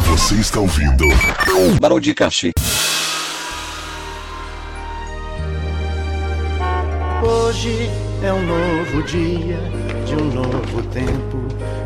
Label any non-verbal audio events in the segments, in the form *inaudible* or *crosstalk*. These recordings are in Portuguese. Você está ouvindo Barão de Cachê. Hoje é um novo dia de um novo tempo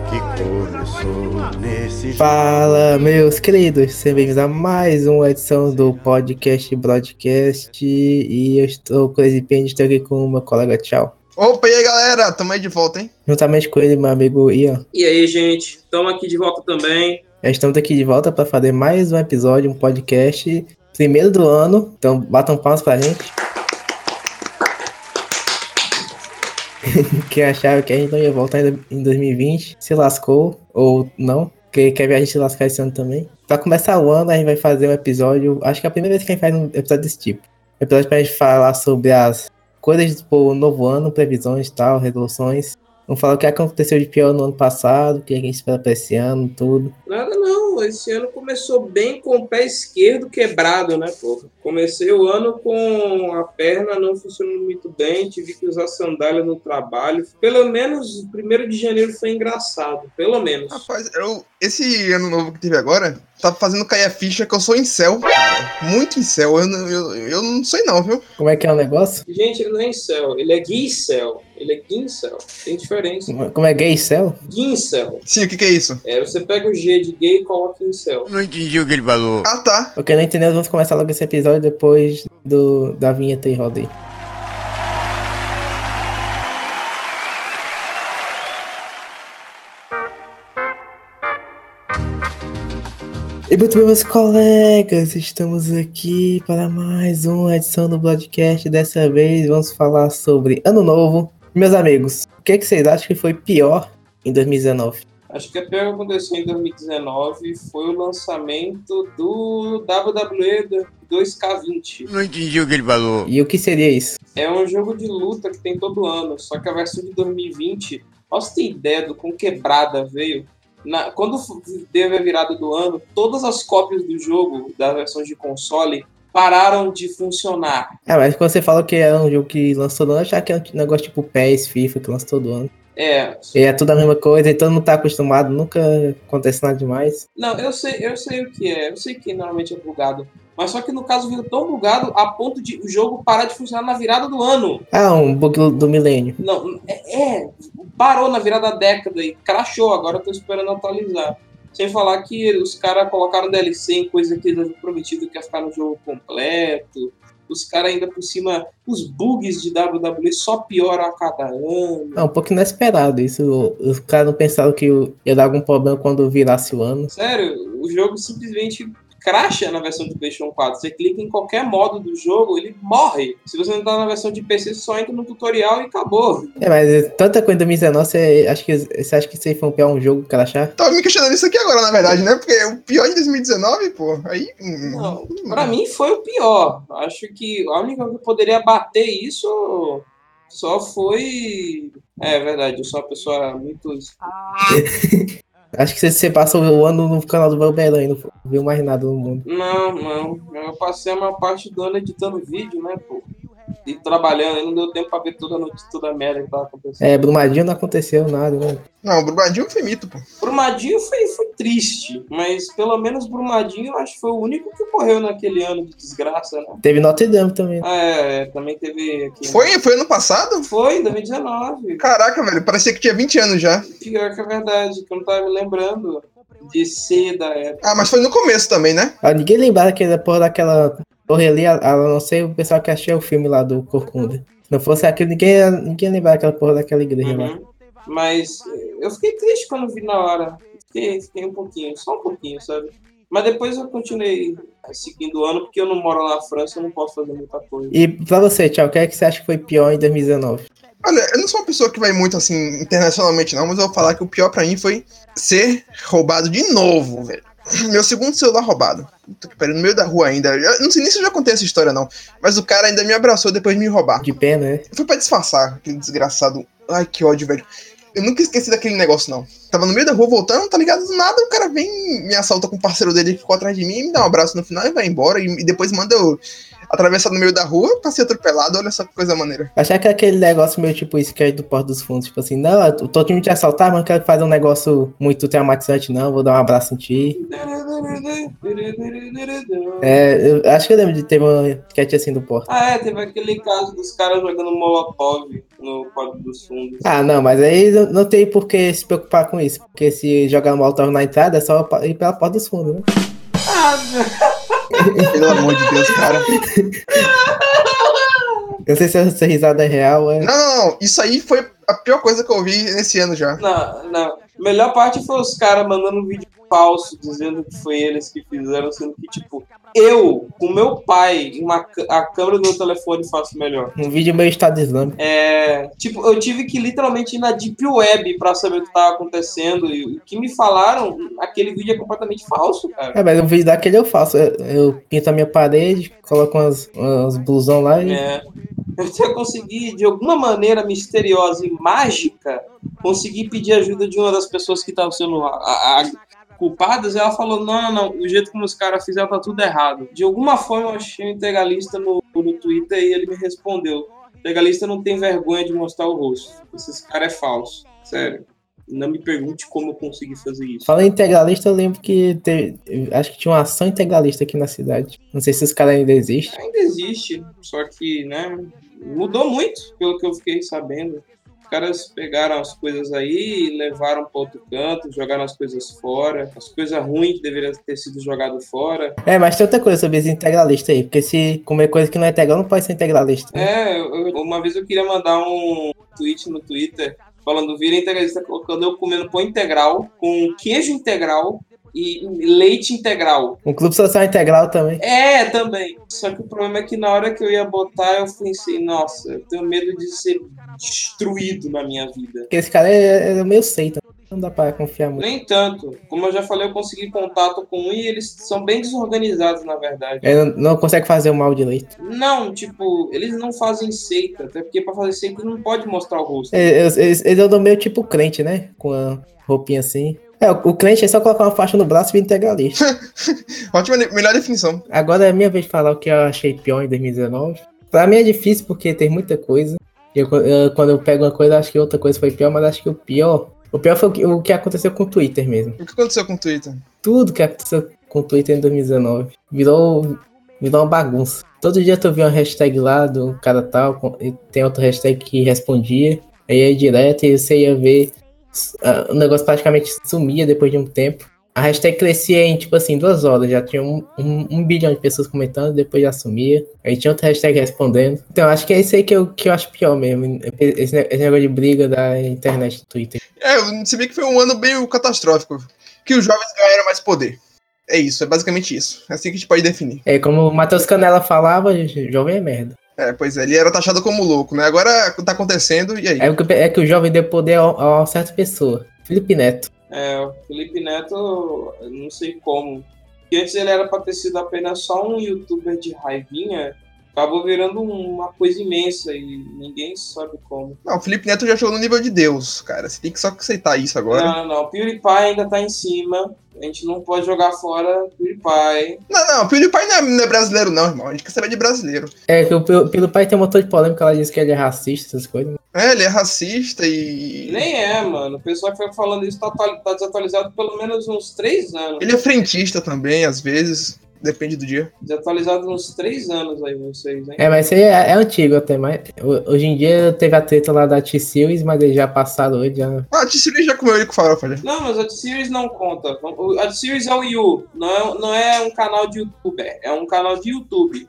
que começou nesse Fala, meus queridos, sejam bem-vindos a mais uma edição do podcast Broadcast. E eu estou com esse pênis, estou aqui com o meu colega Tchau. Opa, e aí galera, tamo aí de volta, hein? Juntamente com ele, meu amigo Ian. E aí, gente, estamos aqui de volta também. Já estamos aqui de volta para fazer mais um episódio, um podcast, primeiro do ano. Então, batam palmas pra gente. *laughs* Quem achava que a gente não ia voltar ainda em 2020, se lascou ou não. Porque quer ver a gente se lascar esse ano também. Pra começar o ano, a gente vai fazer um episódio. Acho que é a primeira vez que a gente faz um episódio desse tipo. Um episódio pra gente falar sobre as coisas do novo ano, previsões e tal, resoluções. Vamos falar o que aconteceu de pior no ano passado, o que a gente espera pra esse ano, tudo. Nada não, esse ano começou bem com o pé esquerdo quebrado, né, pô? Comecei o ano com a perna não funcionando muito bem, tive que usar sandália no trabalho. Pelo menos o primeiro de janeiro foi engraçado, pelo menos. Rapaz, eu, esse ano novo que teve agora tá fazendo cair a ficha que eu sou incel. cara. Muito incel, eu, não- eu, eu não sei não, viu? Como é que é o negócio? Gente, ele não é incel, ele é guincel. Ele é guincel, tem diferença. Como é gay cell? Guincel, Sim, o que que é isso? é, você pega o G de gay e coloca incel. Não entendi o que ele falou. Ah, tá. Porque não entendeu, vamos começar logo esse episódio depois do, da vinheta e roda aí. E muito bem, meus colegas, estamos aqui para mais uma edição do podcast. Dessa vez vamos falar sobre Ano Novo. Meus amigos, o que, é que vocês acham que foi pior em 2019? Acho que a pior que aconteceu em 2019 foi o lançamento do WWE 2K20. Não entendi o que ele falou. E o que seria isso? É um jogo de luta que tem todo ano, só que a versão de 2020, ó, você tem ideia do quão quebrada veio? Na- quando f- teve a virada do ano, todas as cópias do jogo, das versões de console, pararam de funcionar. Ah, mas quando você fala que era um jogo que lançou todo ano, eu achava que era um negócio tipo PES, FIFA, que lançou todo ano. É, E é tudo a mesma coisa, e todo mundo tá acostumado, nunca acontece nada demais. não, eu sei, eu sei o que é, eu sei que normalmente é bugado, mas só que no caso virou tão bugado a ponto de o jogo parar de funcionar na virada do ano. Ah, um bug do milênio. Não, é, é, parou na virada da década e crashou, agora eu tô esperando atualizar. Sem falar que os caras colocaram DLC em coisa que eles haviam prometido que ia ficar no jogo completo. Os caras ainda por cima, os bugs de WWE só pioram a cada ano. Ah, um pouco inesperado isso. Os caras não pensaram que ia dar algum problema quando virasse o ano. Sério, o jogo simplesmente crasha na versão de PlayStation 4. Você clica em qualquer modo do jogo, ele morre. Se você não tá na versão de PC, só entra no tutorial e acabou. É, mas é tanta coisa em 2019, você acha que, você acha que isso aí foi um pior um jogo, cara achar? Tava me questionando isso aqui agora, na verdade, né? Porque o pior de 2019, pô, aí... hum, Não, pra mim foi o pior. Acho que a única que poderia bater isso só foi. É verdade, eu sou uma pessoa muito. Acho que você, você passou o ano no canal do Valberão e não viu mais nada no mundo. Não, não. Eu passei a maior parte do ano editando vídeo, né, pô? E trabalhando, aí não deu tempo pra ver toda a notícia, toda a merda que tava acontecendo. É, Brumadinho não aconteceu nada, né? Não, o Brubadinho foi mito, pô. É. Brumadinho foi, foi triste, mas pelo menos Brumadinho eu acho que foi o único que ocorreu naquele ano de desgraça, né? Teve Notre Dame também. Ah, é, é, também teve aqui. Foi, foi ano passado? Foi, em 2019. Caraca, velho, parecia que tinha 20 anos já. Pior que é verdade, que eu não tava me lembrando de ser da época. Ah, mas foi no começo também, né? Ah, ninguém lembrava que era porra daquela torre ali, a, a não ser o pessoal que achei o filme lá do Corcunda. Se não fosse aquilo, ninguém, ia- ninguém ia lembrar aquela porra daquela igreja lá. Uhum. Mas eh, eu fiquei triste quando vi na hora. Fiquei, fiquei um pouquinho, só um pouquinho, sabe? Mas depois eu continuei eh, seguindo o ano, porque eu não moro lá na França, eu não posso fazer muita coisa. E pra você, Tchau, o que é que você acha que foi pior em 2019? Olha, eu não sou uma pessoa que vai muito, assim, internacionalmente, não, mas eu vou falar que o pior pra mim foi ser roubado de novo, velho. *clears throat* Meu segundo celular roubado. Puta que pariu, no meio da rua ainda. Eu não sei nem se eu já contei essa história, não. Mas o cara ainda me abraçou depois de me roubar. De pena, né? Foi pra disfarçar, aquele desgraçado. Ai, que ódio, velho. Eu nunca esqueci daquele negócio, não. Tava no meio da rua voltando, tá ligado? Do nada o cara vem, me assalta com o parceiro dele que ficou atrás de mim, me dá um abraço no final e vai embora. E, e depois manda eu atravessar no meio da rua pra ser atropelado. Olha só que coisa maneira. Achar que é aquele negócio meio tipo isso que é do Porto dos Fundos, tipo assim, não, eu tô time te assaltar, mas não quero fazer um negócio muito traumatizante, não, vou dar um abraço em ti. né? É, eu acho que eu lembro de ter uma sketch assim do Porto. Ah, é, teve aquele caso dos caras jogando molotov no quarto dos fundos. Ah, não, mas aí não- não tem por que se preocupar com isso, porque se jogar um molotov na entrada é só pa- ir pela porta dos fundos, né? Ah, velho. Pelo amor de Deus, cara. Eu não sei se essa risada é real, é. Não, não, não. Isso aí foi a pior coisa que eu vi nesse ano já. Não, não. Melhor parte foi os caras mandando um vídeo falso dizendo que foi eles que fizeram, sendo que, tipo, eu, com meu pai, uma, c- a câmera do meu telefone faço melhor. Um vídeo meio Estado Islâmico. É, tipo, eu tive que literalmente ir na Deep Web pra saber o que tava acontecendo. E o que me falaram, aquele vídeo é completamente falso, cara. É, mas um vídeo daquele eu faço. Eu, eu pinto a minha parede, coloco umas, umas blusão lá e. É. Eu até consegui, de alguma maneira misteriosa e mágica, consegui pedir ajuda de uma das pessoas que estavam sendo a- a- a- culpadas. E ela falou: não, não, não, o jeito como os caras fizeram tá tudo errado. De alguma forma, eu achei um integralista no, no Twitter e ele me respondeu: integralista não tem vergonha de mostrar o rosto. Esses caras é falso, sério. Não me pergunte como eu consegui fazer isso. Falando em integralista, eu lembro que teve, acho que tinha uma ação integralista aqui na cidade. Não sei se os caras ainda existem. Ainda existe, só que, né, mudou muito, pelo que eu fiquei sabendo. Os caras pegaram as coisas aí, levaram para outro canto, jogaram as coisas fora, as coisas ruins que deveriam ter sido jogado fora. É, mas tem outra coisa sobre esse integralista aí, porque se comer coisa que não é integral, não pode ser integralista. né? É, eu- uma vez eu queria mandar um tweet no Twitter falando vira integralista, colocando eu comendo pão integral, com queijo integral e leite integral. Um clube social integral também. É, também. Só que o problema é que na hora que eu ia botar, eu pensei, nossa, eu tenho medo de ser destruído na minha vida. Porque esse cara é, é meio seita, não dá pra confiar muito. Nem tanto. Como eu já falei, eu consegui contato com um e eles são bem desorganizados, na verdade. Ele não, não consegue fazer o mal direito. Não, tipo, eles não fazem seita. Até porque pra fazer seita não pode mostrar o rosto. Eles, eles, eles andam meio tipo crente, né? Com a roupinha assim. É, o, o crente é só colocar uma faixa no braço e vir integralista. Ótima, melhor definição. Agora é minha vez de falar o que eu achei pior em 2019. Pra mim é difícil porque tem muita coisa. Eu, eu- quando eu pego uma coisa, acho que outra coisa foi pior, mas acho que o pior. O pior foi o que, o que aconteceu com o Twitter mesmo. O que aconteceu com o Twitter? Tudo que aconteceu com o Twitter em 2019 virou, virou uma bagunça. Todo dia tu via uma hashtag lá do cara tal, com- e tem outra hashtag que respondia. Aí ia direto e você ia ver. s- ah, O negócio praticamente sumia depois de um tempo. A hashtag crescia em, tipo assim, duas horas. Já tinha um, um- um bilhão de pessoas comentando, depois já sumia. Aí tinha outra hashtag respondendo. Então, acho que é isso aí que eu, que eu acho pior mesmo. Esse, ne- esse negócio de briga da internet do Twitter. É, se bem que foi um ano meio catastrófico. Que os jovens ganharam mais poder. É isso, é basicamente isso. É assim que a gente pode definir. É, como o Matheus Canella falava, jovem é merda. É, pois é, ele era taxado como louco, né? Agora tá acontecendo e aí? É que, é que o jovem deu poder a, a uma certa pessoa. Felipe Neto. É, o Felipe Neto, eu não sei como. Porque antes ele era pra ter sido apenas só um youtuber de raivinha, acabou virando uma coisa imensa e ninguém sabe como. Não, o Felipe Neto já chegou no nível de Deus, cara. Você tem que só aceitar isso agora. Não, não, PewDiePie ainda tá em cima. A gente não pode jogar fora PewDiePie. Não, não, o PewDiePie não é, não é brasileiro, não, irmão. A gente quer saber de brasileiro. É, que o Pil- pelo pai tem um montão de polêmica, ela diz que ele é racista, essas coisas. É, ele é racista e. Nem é, mano. O pessoal que foi falando isso tá, atual- tá desatualizado pelo menos uns três anos. Ele é frentista também, às vezes. Depende do dia. Desatualizado uns três anos aí, vocês, hein? É, mas isso aí é, é antigo até, mas ho- hoje em dia teve a treta lá da T-Series, mas eles já passaram hoje, já. Ah, a Tissiri já comeu ele com farofa né? já. Não, mas a T-Series não conta. O- A T-Series é o Yu, não é, não é um canal de youtuber, é um canal de YouTube.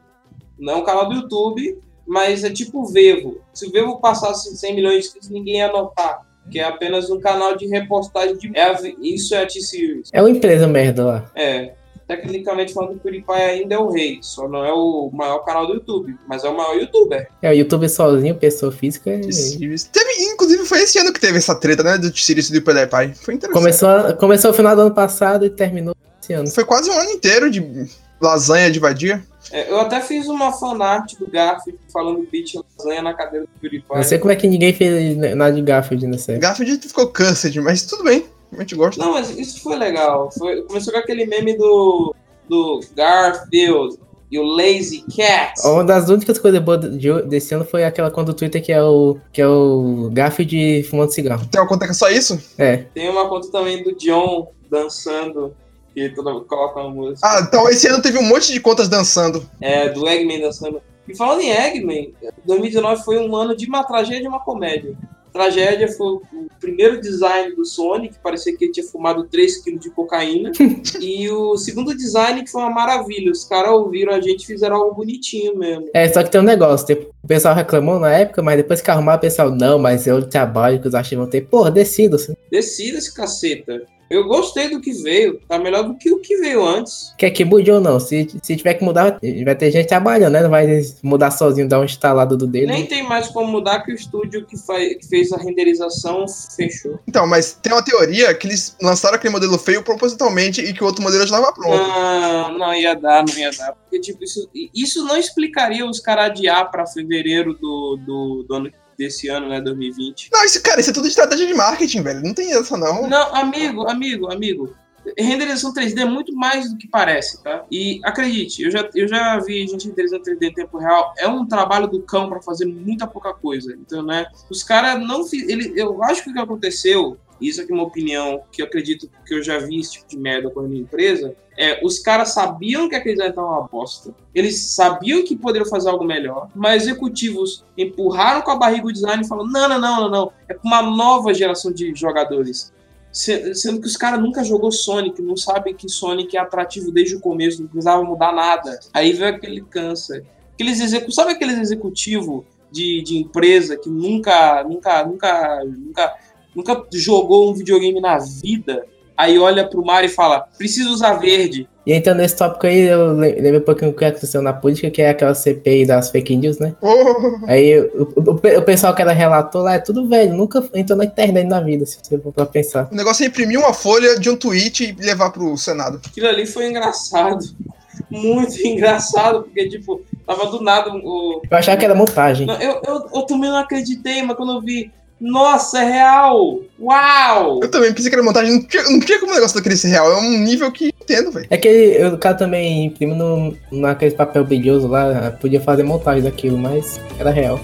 Não é um canal do YouTube, mas é tipo o Vevo. Se o Vevo passasse 100 milhões de inscritos, ninguém ia notar. Que é apenas um canal de repostagem de. é a vi- isso é a T-Series. É uma empresa merda lá. É. Tecnicamente falando, o Puripai ainda é o rei. Só não é o maior canal do YouTube, mas é o maior youtuber. É o YouTube sozinho, pessoa física. e- Tissiri. Teve, inclusive, foi esse ano que teve essa treta, né? Do Tissiri e do PewDiePie. Foi interessante. Começou, começou o final do ano passado e terminou esse ano. Foi quase um ano inteiro de Lasanha de vadia? É, eu até fiz uma fanart do Garfield falando beat lasanha na cadeira do Purify. Não sei como é que ninguém fez nada de Garfield nessa época. Garfield ficou cansado, mas tudo bem. A gente gosta. Não, mas isso foi legal. Foi- começou com aquele meme do, do Garfield e o Lazy Cat. Uma das únicas coisas boas de- desse ano foi aquela quando o Twitter que é o, que é o Garfield fumando cigarro. Tem uma conta que é só isso? É, Tem uma conta também do John dançando, que toda coloca uma música. Ah, então esse ano teve um monte de contas dançando. É, do Eggman dançando. E falando em Eggman, 2019 foi um ano de uma tragédia e uma comédia. Tragédia foi o primeiro design do Sonic, que parecia que ele tinha fumado 3kg de cocaína. e o segundo design, que foi uma maravilha. Os caras ouviram a gente e fizeram algo bonitinho mesmo. é, só que tem um negócio, tipo, o pessoal reclamou na época, mas depois que arrumaram, o pessoal, não, mas eu trabalho que os artistas vão ter, porra, decido, assim. Decida esse caceta. Eu gostei do que veio, tá melhor do que o que veio antes. Quer que mude ou não? Se, se tiver que mudar, vai ter gente trabalhando, né? Não vai mudar sozinho, dar um instalado do dedo. Nem tem mais como mudar que o estúdio que, fa- que fez a renderização fechou. Então, mas tem uma teoria que eles lançaram aquele modelo feio propositalmente e que o outro modelo já estava pronto. Não, não ia dar, não ia dar. Porque, tipo, isso, isso não explicaria os caras adiar pra fevereiro do, do, do ano desse ano, né, 2020. Não, isso, cara, isso é tudo estratégia de marketing, velho. Não tem essa, não. Não, amigo, amigo, amigo. Renderização 3D é muito mais do que parece, tá? E acredite, eu já, eu já vi gente renderizando 3D em tempo real. É um trabalho do cão pra fazer muita pouca coisa. Então, né? Os caras não. fi- Ele, eu acho que o que aconteceu, isso aqui é uma opinião que eu acredito que eu já vi esse tipo de merda com a minha empresa. É, os caras sabiam que aquele design tava uma bosta. Eles sabiam que poderiam fazer algo melhor. Mas executivos empurraram com a barriga o design e falaram: não, não, não, não, não. É pra uma nova geração de jogadores. Se- Sendo que os caras nunca jogou Sonic, não sabem que Sonic é atrativo desde o começo, não precisava mudar nada. Aí veio aquele câncer. Aqueles execu... Sabe aqueles executivos de, de empresa que nunca, nunca, nunca, nunca, nunca jogou um videogame na vida? Aí olha pro mar e fala: preciso usar verde. E então nesse tópico aí eu le- lembrei um pouquinho o que aconteceu na política, que é aquela CPI das fake news, né? Oh, Aí o, o- o pe- o pessoal que ela relatou lá é tudo velho, nunca entrou na internet na vida, se você for pra pensar. *laughs* o negócio é imprimir uma folha de um tweet e levar pro Senado. Aquilo ali foi engraçado. *laughs* Muito engraçado, porque, tipo, tava do nada o, Eu achava que era montagem. Não, eu, eu, eu também não acreditei, mas quando eu vi, nossa, é real! Uau! Eu também pensei que era montagem. Não tinha, não tinha como o negócio daquele ser real. É um nível que entendo, velho. É que eu- o cara também imprime no, naquele é papel brilhoso lá, podia fazer montagem daquilo, mas era real.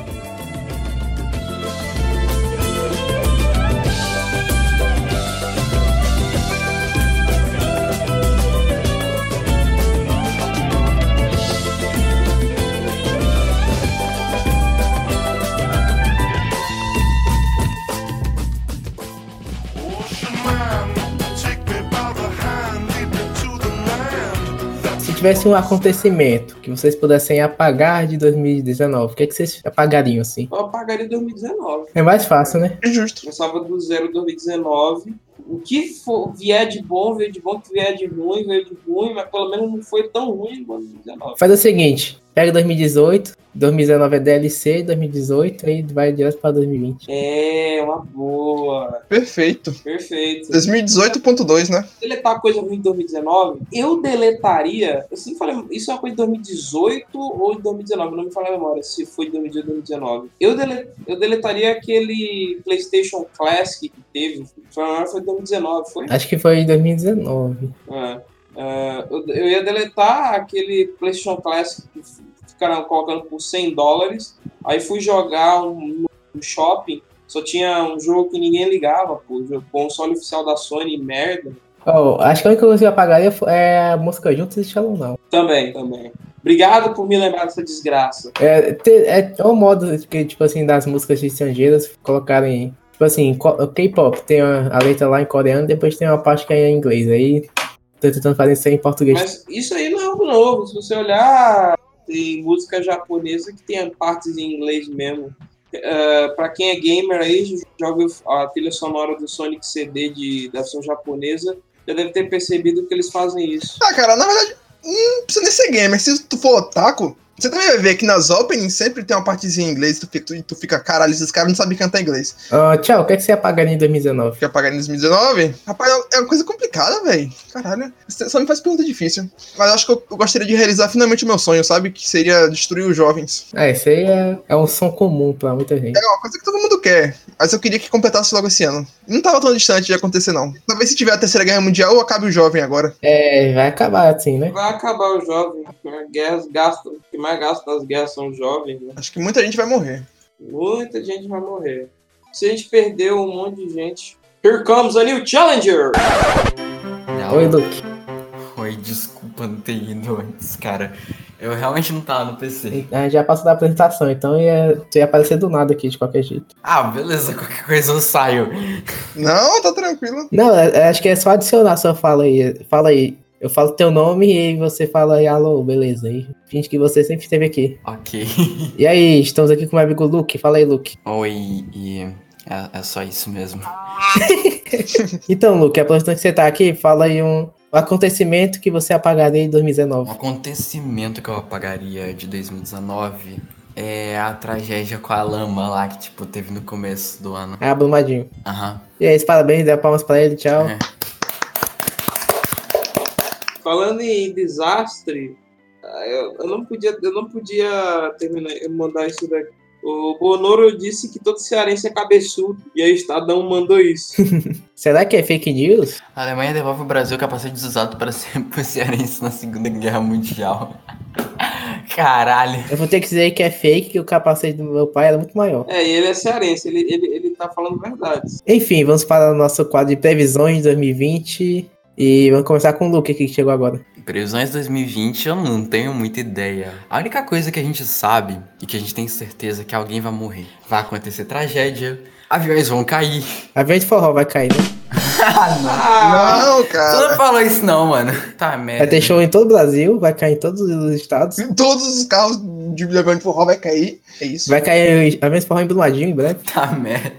Se tivesse um acontecimento que vocês pudessem apagar de 2019, o que, é que vocês apagariam assim? Eu apagaria 2019. É mais fácil, né? Injusto. Começava do zero 2019. O que for, vier de bom, veio de bom, o que vier de ruim, veio de ruim, mas pelo menos não foi tão ruim em 2019. Faz o seguinte, pega 2018, 2019 é DLC, 2018, aí vai direto pra 2020. É, uma boa. Perfeito. Perfeito. 2018.2, né? deletar coisa ruim em 2019, eu deletaria. Eu sempre falei, isso é uma coisa de 2018 ou de 2019, não me fala a memória se foi de 2018 ou 2019. Eu, dele, eu deletaria aquele PlayStation Classic que teve, foi na hora, foi de 2019, foi? Acho que foi em 2019. É. É, eu, eu ia deletar aquele PlayStation Classic que f- ficaram colocando por 100 dólares. Aí fui jogar um, um shopping, só tinha um jogo que ninguém ligava, pô, jogo- console oficial da Sony, merda. Oh, acho que a única coisa que eu apagaria fo- é a música Juntos e Shalom Não. Também, também. Obrigado por me lembrar dessa desgraça. É, te- é um modo que, tipo assim, das músicas estrangeiras colocarem. Tipo assim, co- o K-pop tem a, a letra lá em coreano, depois tem uma parte que é em inglês. Aí tô tentando fazer isso aí em português. Mas isso aí não é algo novo. Se você olhar, tem música japonesa que tem partes em inglês mesmo. Uh, para quem é gamer aí, joga a trilha sonora do Sonic CD de, da versão japonesa, já deve ter percebido que eles fazem isso. hum, Ah, cara, na verdade, não precisa nem ser gamer. Se tu for otaku, Você também vai ver que nas openings sempre tem uma partezinha em inglês, tu fica, tu, tu fica caralho, esses caras não sabem cantar inglês. Ah, tchau, o que, é que você ia pagar em 2019? Quer pagar em 2019? Rapaz, é uma coisa complicada, velho. Caralho, você só me faz pergunta difícil. Mas eu acho que eu, eu gostaria de realizar finalmente o meu sonho, sabe? Que seria destruir os jovens. É, isso aí é, é um som comum pra muita gente. É uma coisa que todo mundo quer, mas eu queria que completasse logo esse ano. Não tava tão distante de acontecer, não. Talvez se tiver a terceira guerra mundial, eu acabe o jovem agora. É, vai acabar assim, né? Vai acabar o jovem. As guerras gastam. O que mais gasta nas guerras são os jovens, né? Acho que muita gente vai morrer. Muita gente vai morrer. Se a gente perdeu um monte de gente. Here comes a new challenger! Não, Oi, Luke. Oi, desculpa não ter ido antes, cara. Eu realmente não tava no PC. A gente Ah, já passou da apresentação, então ia, tu ia aparecer do nada aqui de qualquer jeito. Ah, beleza, qualquer coisa eu saio. Não, tá tranquilo. Não, é- é- acho que é só adicionar sua fala aí. Fala aí. Eu falo teu nome e aí você fala aí, alô, beleza. Aí finge que você sempre esteve aqui. Ok. E aí, estamos aqui com o meu amigo Luke. Fala aí, Luke. Oi, e é, é só isso mesmo. Então, Luke, aproveitando que você tá aqui, fala aí um acontecimento que você apagaria em Um 2019. acontecimento que eu apagaria de 2019 é a tragédia com a lama lá que, tipo, teve no começo do ano. Ah, Brumadinho. Aham. E é isso, parabéns, dá palmas pra ele, tchau. É. Falando em desastre, ah, eu, eu não podia, eu não podia terminar, eu mandar isso daqui. O Bonoro disse que todo cearense é cabeçudo, e aí o Estadão mandou isso. *laughs* Será que é fake news? A Alemanha devolve ao Brasil capacetes usados para ser *laughs* para cearense na Segunda Guerra Mundial. *laughs* Caralho. Eu vou ter que dizer que é fake, que o capacete do meu pai era muito maior. É, e ele é cearense, ele, ele, ele tá falando verdades. Enfim, vamos para o nosso quadro de previsões de 2020. E vamos começar com o Luke aqui, que chegou agora. Previsões 2020 eu não tenho muita ideia. A única coisa que a gente sabe e que a gente tem certeza é que alguém vai morrer. Vai acontecer tragédia, aviões vão cair. Avião de forró vai cair, né? ah, não. Ah, Não, Você cara. não falou isso não, mano. Tá merda. Vai ter show em todo o Brasil, vai cair em todos os estados. Todos os carros de avião de forró vai cair. É isso. Vai cair avião de forró em Brumadinho em breve. Tá *laughs* merda.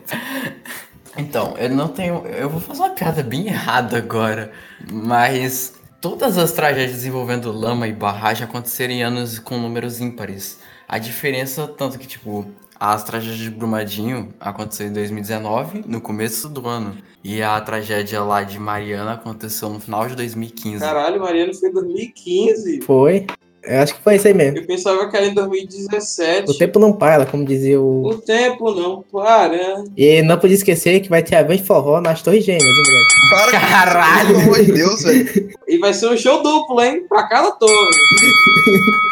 Então, eu não tenho. Eu vou fazer uma piada bem errada agora. Mas todas as tragédias envolvendo lama e barragem aconteceram em anos com números ímpares. A diferença, tanto que, tipo, as tragédias de Brumadinho aconteceu em 2019, no começo do ano. E a tragédia lá de Mariana aconteceu no final de 2015. caralho, Mariano foi em 2015. Foi. Eu acho que foi isso aí mesmo. Eu pensava que era em O 2017. tempo não para, como dizia o. O tempo não para. E não podia esquecer que vai ter avião de forró nas Torres Gêmeas em breve. Para com isso, Caralho. Pelo amor de Deus, velho. E vai ser um show duplo, hein? Pra cada torre.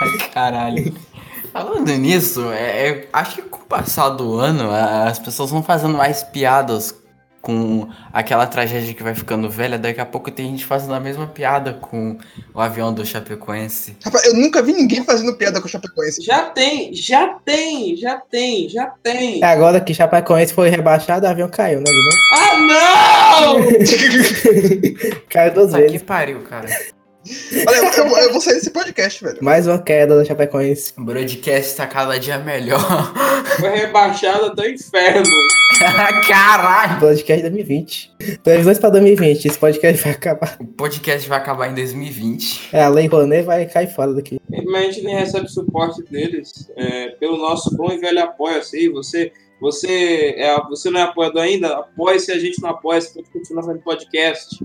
Ai, caralho. *laughs* Falando nisso, é- é- acho que com o passar do ano, a- as pessoas vão fazendo mais piadas com aquela tragédia que vai ficando velha. Daqui a pouco tem gente fazendo a mesma piada com o avião do Chapecoense. Rapaz, eu nunca vi ninguém fazendo piada com o Chapecoense. Já tem, já tem, já tem, já tem. É agora que Chapecoense foi rebaixado, o avião caiu, né? de novo? Ah, não! Caiu duas Tá que vezes. pariu, cara. Olha, eu, eu- eu vou sair desse podcast, velho. Mais uma queda da Chapecoense. O broadcast tá cada dia melhor. *laughs* Foi rebaixado até o inferno. Caralho! Podcast 2020. Previsões pra 2020. Esse podcast vai acabar. O podcast vai acabar em 2020. É, a Lei Rouanet vai cair fora daqui. Mas a gente nem recebe suporte deles. é, pelo nosso bom e velho apoio, assim. Você, você, é, você não é apoiador ainda? Apoie-se, a gente não apoia, se pode continuar fazendo podcast.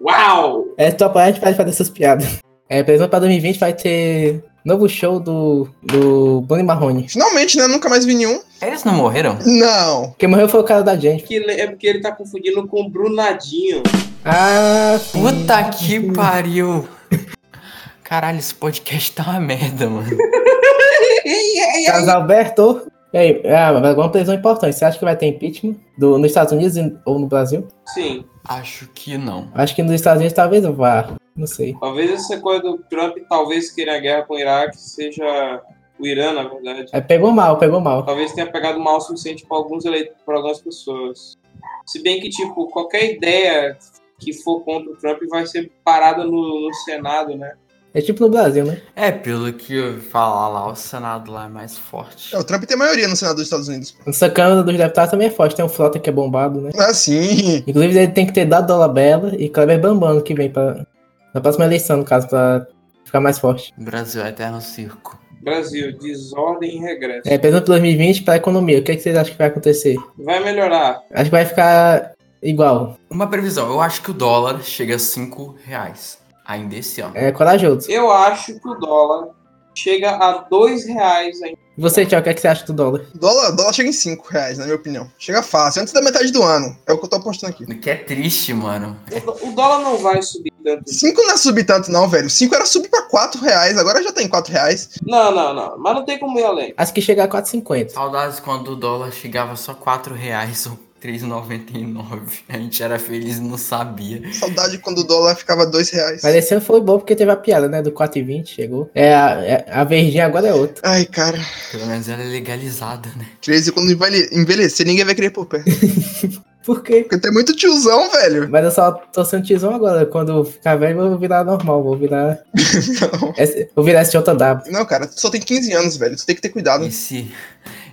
Uau! É, se tu apoiar, a gente pode fazer essas piadas. É, previsão pra 2020 vai ter novo show do, do Bonnie Marrone. Finalmente, né? Nunca mais vi nenhum. Eles não morreram? Não. Quem morreu foi o cara da gente. Que le- é porque ele tá confundindo com o Brunadinho. Ah, sim. Puta que pariu! Caralho, esse podcast tá uma merda, mano. Casalberto. E aí, ah, mas agora uma previsão importante. Você acha que vai ter impeachment do, nos Estados Unidos e- ou no Brasil? Sim, Acho que não. Acho que nos Estados Unidos talvez vá. Não sei. talvez essa coisa do Trump, talvez queira a guerra com o Iraque, seja o Irã, na verdade. É, pegou mal, pegou mal. talvez tenha pegado mal o suficiente para alguns eleitos, para algumas pessoas. Se bem que, tipo, qualquer ideia que for contra o Trump vai ser parada no, no Senado, né? É tipo no Brasil, né? É, pelo que eu ouvi falar lá, o Senado lá é mais forte. É, O Trump tem maioria no Senado dos Estados Unidos. Essa Câmara dos Deputados também é forte. Tem um Frota que é bombado, né? Ah, sim. Inclusive, ele tem que ter dado Dolabella e Kleber Bambano que vem pra, na próxima eleição, no caso, pra ficar mais forte. O Brasil é eterno circo. Brasil, desordem e regresso. É, pensando para 2020, para a economia, o que, é que vocês acham que vai acontecer? Vai melhorar. Acho que vai ficar igual. Uma previsão, eu acho que o dólar chega a 5 reais ainda esse ano. É corajoso. Eu acho que o dólar chega a dois reais ainda. E Você, Tchau, o que, é que você acha do dólar? Dólar, dólar chega em 5 reais, na minha opinião. Chega fácil, antes da metade do ano. É o que eu tô apostando aqui. Que é triste, mano. O dó- O dólar não vai subir tanto. 5 não é subir tanto, não, velho. 5 era subir pra 4 reais, agora já tá em 4 reais. Não, não, não. Mas não tem como ir além. Acho que chega a 4,50. Saudades quando o dólar chegava só 4 reais ou 3,99. A gente era feliz e não sabia. Saudade quando o dólar ficava 2 reais. Mas esse ano foi bom porque teve a piada, né? Do 4,20 chegou. É a, é- a verdinha agora é outra. Ai, cara. Pelo menos ela é legalizada, né? Crazy, quando envelhe- envelhecer, ninguém vai querer ir por perto. *laughs* Por quê? Porque tem muito tiozão, velho. Mas eu só tô sendo tizão agora. Quando eu ficar velho, eu vou virar normal. Vou virar. Não. *laughs* S- Vou virar SJW. Não, cara, tu só tem 15 anos, velho. Tu tem que ter cuidado. Esse,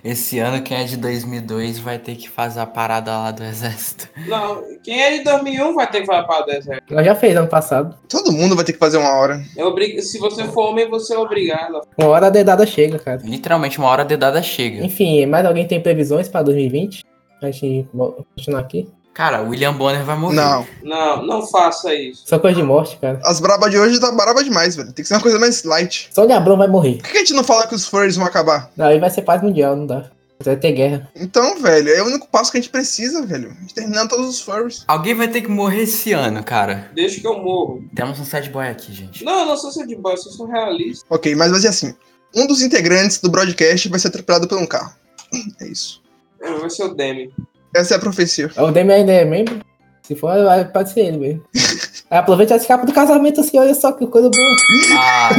esse ano, quem é de 2002 vai ter que fazer a parada lá do exército. Não, quem é de 2001 vai ter que falar para 10 reais. Ela já fez ano passado. Todo mundo vai ter que fazer uma hora. É obri- Se você for homem, você é obrigado. Uma hora a dedada chega, cara. Literalmente, uma hora a dedada chega. Enfim, mais alguém tem previsões pra 2020? Pra gente mo- continuar aqui. Cara, o William Bonner vai morrer. Não. Não, não faça isso. Só coisa de morte, cara. As brabas de hoje tá braba demais, velho. Tem que ser uma coisa mais light. Só o Diabrão vai morrer. Por que a gente não fala que os furries vão acabar? Não, aí vai ser paz mundial, não dá. Vai ter guerra. Então, velho, é o único passo que a gente precisa, velho. A gente Terminando todos os furries. Alguém vai ter que morrer esse ano, cara. Deixa que eu morro. Temos um sad boy aqui, gente. Tipo- Não, eu não sou seu de boy, eu sou realista. Ok, mas vai ser assim. Um dos integrantes do broadcast vai ser atropelado por um carro. *clears throat* É isso. Eu vou ser o Demi. Essa é a profecia. O Demi ainda é membro? Se for, vai- pode ser ele *laughs* mesmo. Aí Aproveita e escapa do casamento assim, olha só que coisa boa. Ah,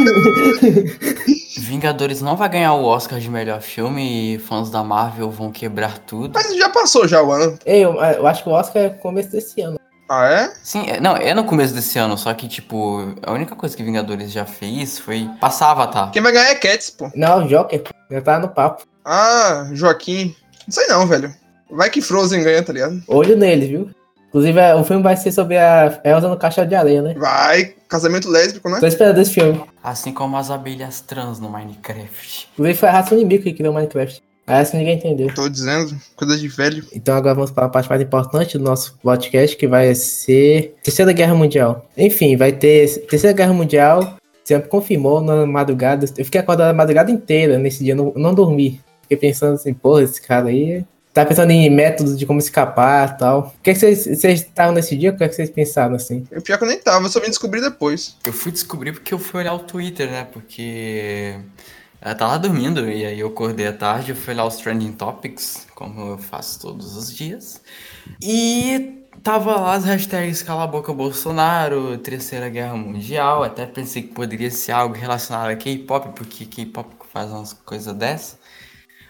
Vingadores não vai ganhar o Oscar de melhor filme e fãs da Marvel vão quebrar tudo. Mas já passou já o ano. Ei, eu, eu acho que o Oscar é começo desse ano. Ah, é? Sim, é- não, é no começo desse ano, só que, tipo, a única coisa que Vingadores já fez foi passar Avatar. Quem vai ganhar é Cats, pô. Não, o Joker, pô, já tá no papo. Ah, Joaquim. Não sei não, velho. Vai que Frozen ganha, tá ligado? Olho neles, viu? Inclusive, é- o filme vai ser sobre a Elsa no Caixa de Areia, né? Vai, casamento lésbico, né? Tô esperando esse filme. Assim como as abelhas trans no Minecraft. Inclusive, foi a raça inimigo que criou o Minecraft. Ah, essa ninguém entendeu. Tô dizendo, coisa de velho. Então agora vamos para a parte mais importante do nosso podcast, que vai ser Terceira Guerra Mundial. Enfim, vai ter Terceira Guerra Mundial, sempre confirmou na madrugada. Eu fiquei acordado a madrugada inteira nesse dia, não, não dormi. Fiquei pensando assim, porra, esse cara aí. Tá pensando em métodos de como escapar e tal. O que, é que vocês vocês estavam nesse dia? O que, é que vocês pensaram assim? Eu pior que eu nem tava, eu só vim descobrir depois. Eu fui descobrir porque eu fui olhar o Twitter, né? Porque eu tava dormindo e aí eu acordei à tarde, eu fui olhar os trending topics, como eu faço todos os dias. E tava lá as hashtags Cala a Boca Bolsonaro, Terceira Guerra Mundial, até pensei que poderia ser algo relacionado a K-pop, porque K-pop faz umas coisas dessa.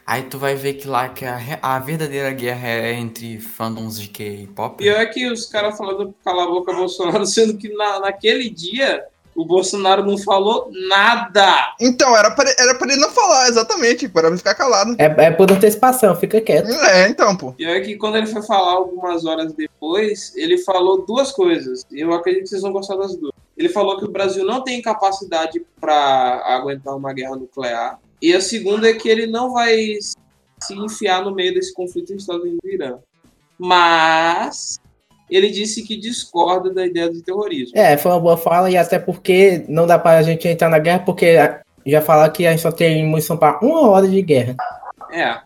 Aí tu vai ver que lá que a, re- a verdadeira guerra é entre fandoms de K-pop. Pior é que os caras falando cala a boca Bolsonaro, *laughs* sendo que na, naquele dia o Bolsonaro não falou nada. Então, era pra, era pra ele não falar, exatamente, pô, era pra ele ficar calado. É, é por antecipação, fica quieto. É, então, pô. Pior é que quando ele foi falar algumas horas depois, ele falou duas coisas. E eu acredito que vocês vão gostar das duas. Ele falou que o Brasil não tem capacidade para aguentar uma guerra nuclear. E a segunda é que ele não vai se enfiar no meio desse conflito entre Estados Unidos e Irã. Mas ele disse que discorda da ideia do terrorismo. É, foi uma boa fala e até porque não dá pra gente entrar na guerra, porque já falaram que a gente só tem munição pra uma hora de guerra. É.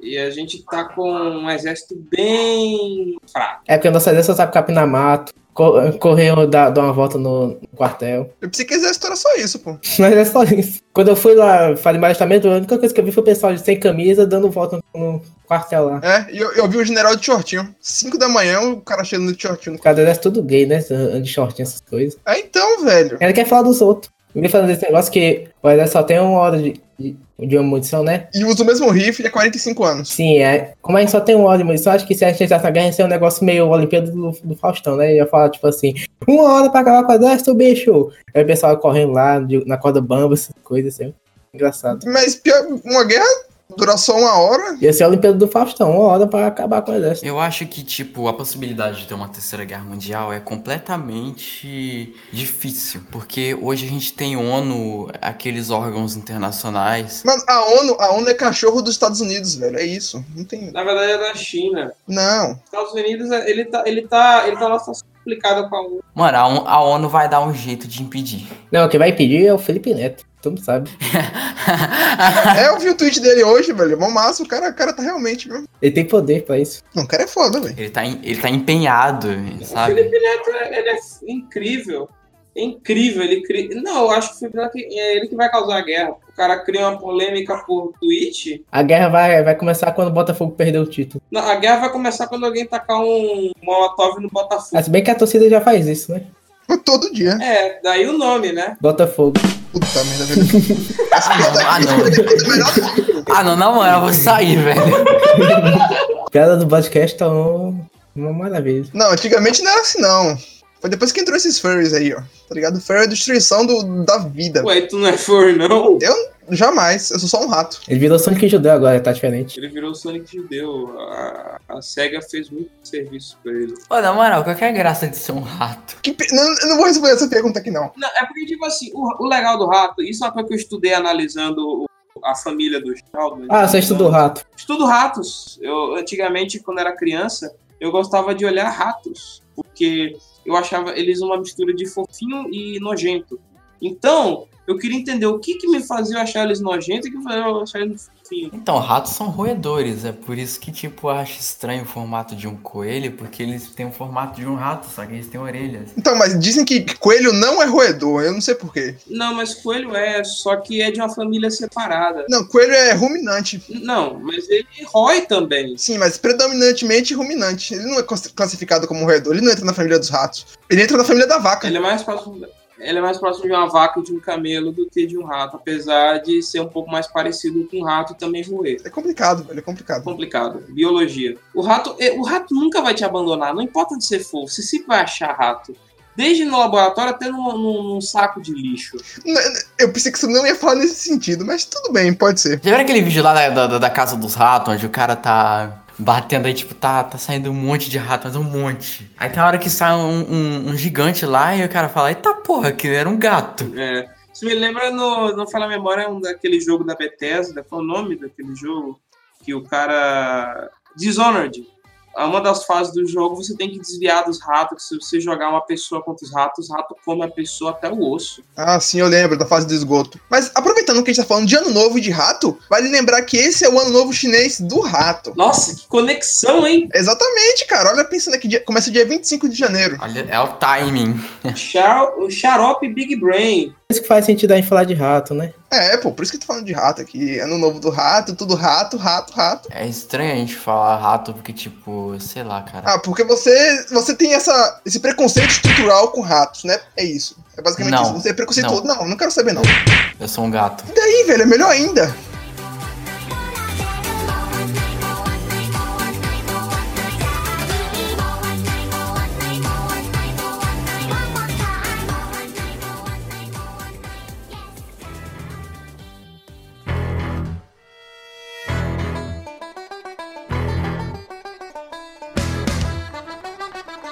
E a gente tá com um exército bem fraco. É porque a nossa ideia só sabe capinar mato, co- correr ou dar, dar uma volta no, no quartel. *laughs* Eu pensei que exército era só isso, pô. Mas é só isso. Quando eu fui lá fazer meu alistamento, a única coisa que eu vi foi o pessoal de sem camisa dando volta no quartel lá. É, e eu, eu vi o general de shortinho. 5 da manhã, o cara chegando de shortinho. O cara é tudo gay, né? De shortinho, essas coisas. É, então, velho. Ele quer falar dos outros. Ele falando esse negócio que o exército só tem uma hora de, de, de uma munição, né? E usa o mesmo é rifle há 45 anos. Sim, é. Como a gente só tem uma hora de munição, acho que se a gente entrasse na guerra ia ser um negócio meio Olimpíada do, do Faustão, né? Ia falar, tipo assim, uma hora pra acabar com o exército, bicho! Aí o pessoal correndo lá de- na corda bamba, essas coisas assim. Engraçado. Mas pior, uma guerra durar só uma hora. Ia ser a Olimpíada do Faustão, uma hora pra acabar com o exército. Eu acho que, tipo, a possibilidade de ter uma terceira guerra mundial é completamente difícil. Porque hoje a gente tem ONU, aqueles órgãos internacionais. Mano, a ONU, a ONU é cachorro dos Estados Unidos, velho. É isso. Não tem. Na verdade é da China. Não. Os Estados Unidos, ele tá, ele tá, ele tá numa situação complicada com a ONU. Mano, a ONU- a ONU vai dar um jeito de impedir. *laughs* Não, quem vai impedir é o Felipe Neto. Todo mundo sabe. É, eu vi o tweet dele hoje, velho. Mó massa. O cara, o cara tá realmente. viu? Ele tem poder pra isso. Não, o cara é foda, velho. Ele tá, em- ele tá empenhado, O sabe? Felipe Neto, ele é incrível. É incrível, ele cria. Não, eu acho que o Felipe Neto é ele que vai causar a guerra. O cara cria uma polêmica por tweet. A guerra vai, vai começar quando o Botafogo perder o título. Não, a guerra vai começar quando alguém tacar um Molotov no Ah, Botafogo. se bem que a torcida já faz isso, né? Mas Todo dia. É, daí o nome, né? Botafogo. Puta merda, velho. Essa piada Ah, aqui não. é melhor Ah, não, na moral, eu vou sair, velho. Piada do podcast tá um- uma maravilha. Não, antigamente não era assim, não. Foi depois que entrou esses furries aí, ó. Tá ligado? Furry é a destruição do, da vida. Ué, tu não é for, não? Jamais. Eu sou só um rato. Ele virou Sonic Judeu agora, tá diferente. Ele virou o Sonic judeu. A, a SEGA fez muito serviço pra ele. Pô, na moral, qual que é a graça de ser um rato? Que pe- não, eu não vou responder essa pergunta aqui, não. Não, é porque, tipo assim, o, o legal do rato, isso é uma coisa que eu estudei analisando o- a família do Geraldo. Ah, só estudou rato. Estudo ratos. Eu antigamente, quando era criança, eu gostava de olhar ratos, porque eu achava eles uma mistura de fofinho e nojento. Então, eu queria entender o que que me fazia eu achar eles nojentos e o que fazia eu achar eles fofinhos. Então, ratos são roedores, é por isso que, tipo, eu acho estranho o formato de um coelho, porque eles têm o formato de um rato, só que eles têm orelhas. Então, mas dizem que coelho não é roedor. Eu não sei porquê. Não, mas coelho é, só que é de uma família separada. Não, coelho é ruminante. Não, mas ele rói também. Sim, mas predominantemente ruminante. Ele não é cons- classificado como roedor. Ele não entra na família dos ratos. Ele entra na família da vaca. Ele é mais próximo, ele é mais próximo de uma vaca e de um camelo do que de um rato, apesar de ser um pouco mais parecido com um rato e também roer. É complicado, velho. É complicado. complicado. Biologia. O rato, é, o rato nunca vai te abandonar, não importa onde você for, você sempre vai achar rato. Desde no laboratório até num, num- num saco de lixo. N- Eu pensei que você não ia falar nesse sentido, mas tudo bem, pode ser. Já viram aquele vídeo lá da, da, da casa dos ratos, onde o cara tá batendo aí, tipo, tá, tá saindo um monte de rato, mas um monte. Aí tem uma hora que sai um, um, um gigante lá e o cara fala, eita porra, que era um gato. É, isso me lembra, no, não fala a memória, um daquele jogo da Bethesda, qual o nome daquele jogo? Que o cara. Dishonored. A Uma das fases do jogo você tem que desviar dos ratos. Se você jogar uma pessoa contra os ratos, o rato come a pessoa até o osso. Ah, sim, eu lembro da fase do esgoto. Mas aproveitando que a gente tá falando de ano novo e de rato, vale lembrar que esse é o ano novo chinês do rato. Nossa, que conexão, *laughs* hein? Exatamente, cara. Olha, pensando aqui, dia- começa dia 25 de janeiro. Olha, é o timing. Xar- o xarope Big Brain. Isso que faz sentido a gente falar de rato, né? É, pô, por isso que eu tô falando de rato aqui. Ano novo do rato, tudo rato, rato, rato. É estranho a gente falar rato, porque, tipo, sei lá, cara. Ah, porque você você tem essa, esse preconceito estrutural com ratos, né? É isso. É basicamente Não. isso. Você é preconceituoso. Não. não, quero saber, não. Eu sou um gato. E daí, velho? É melhor ainda.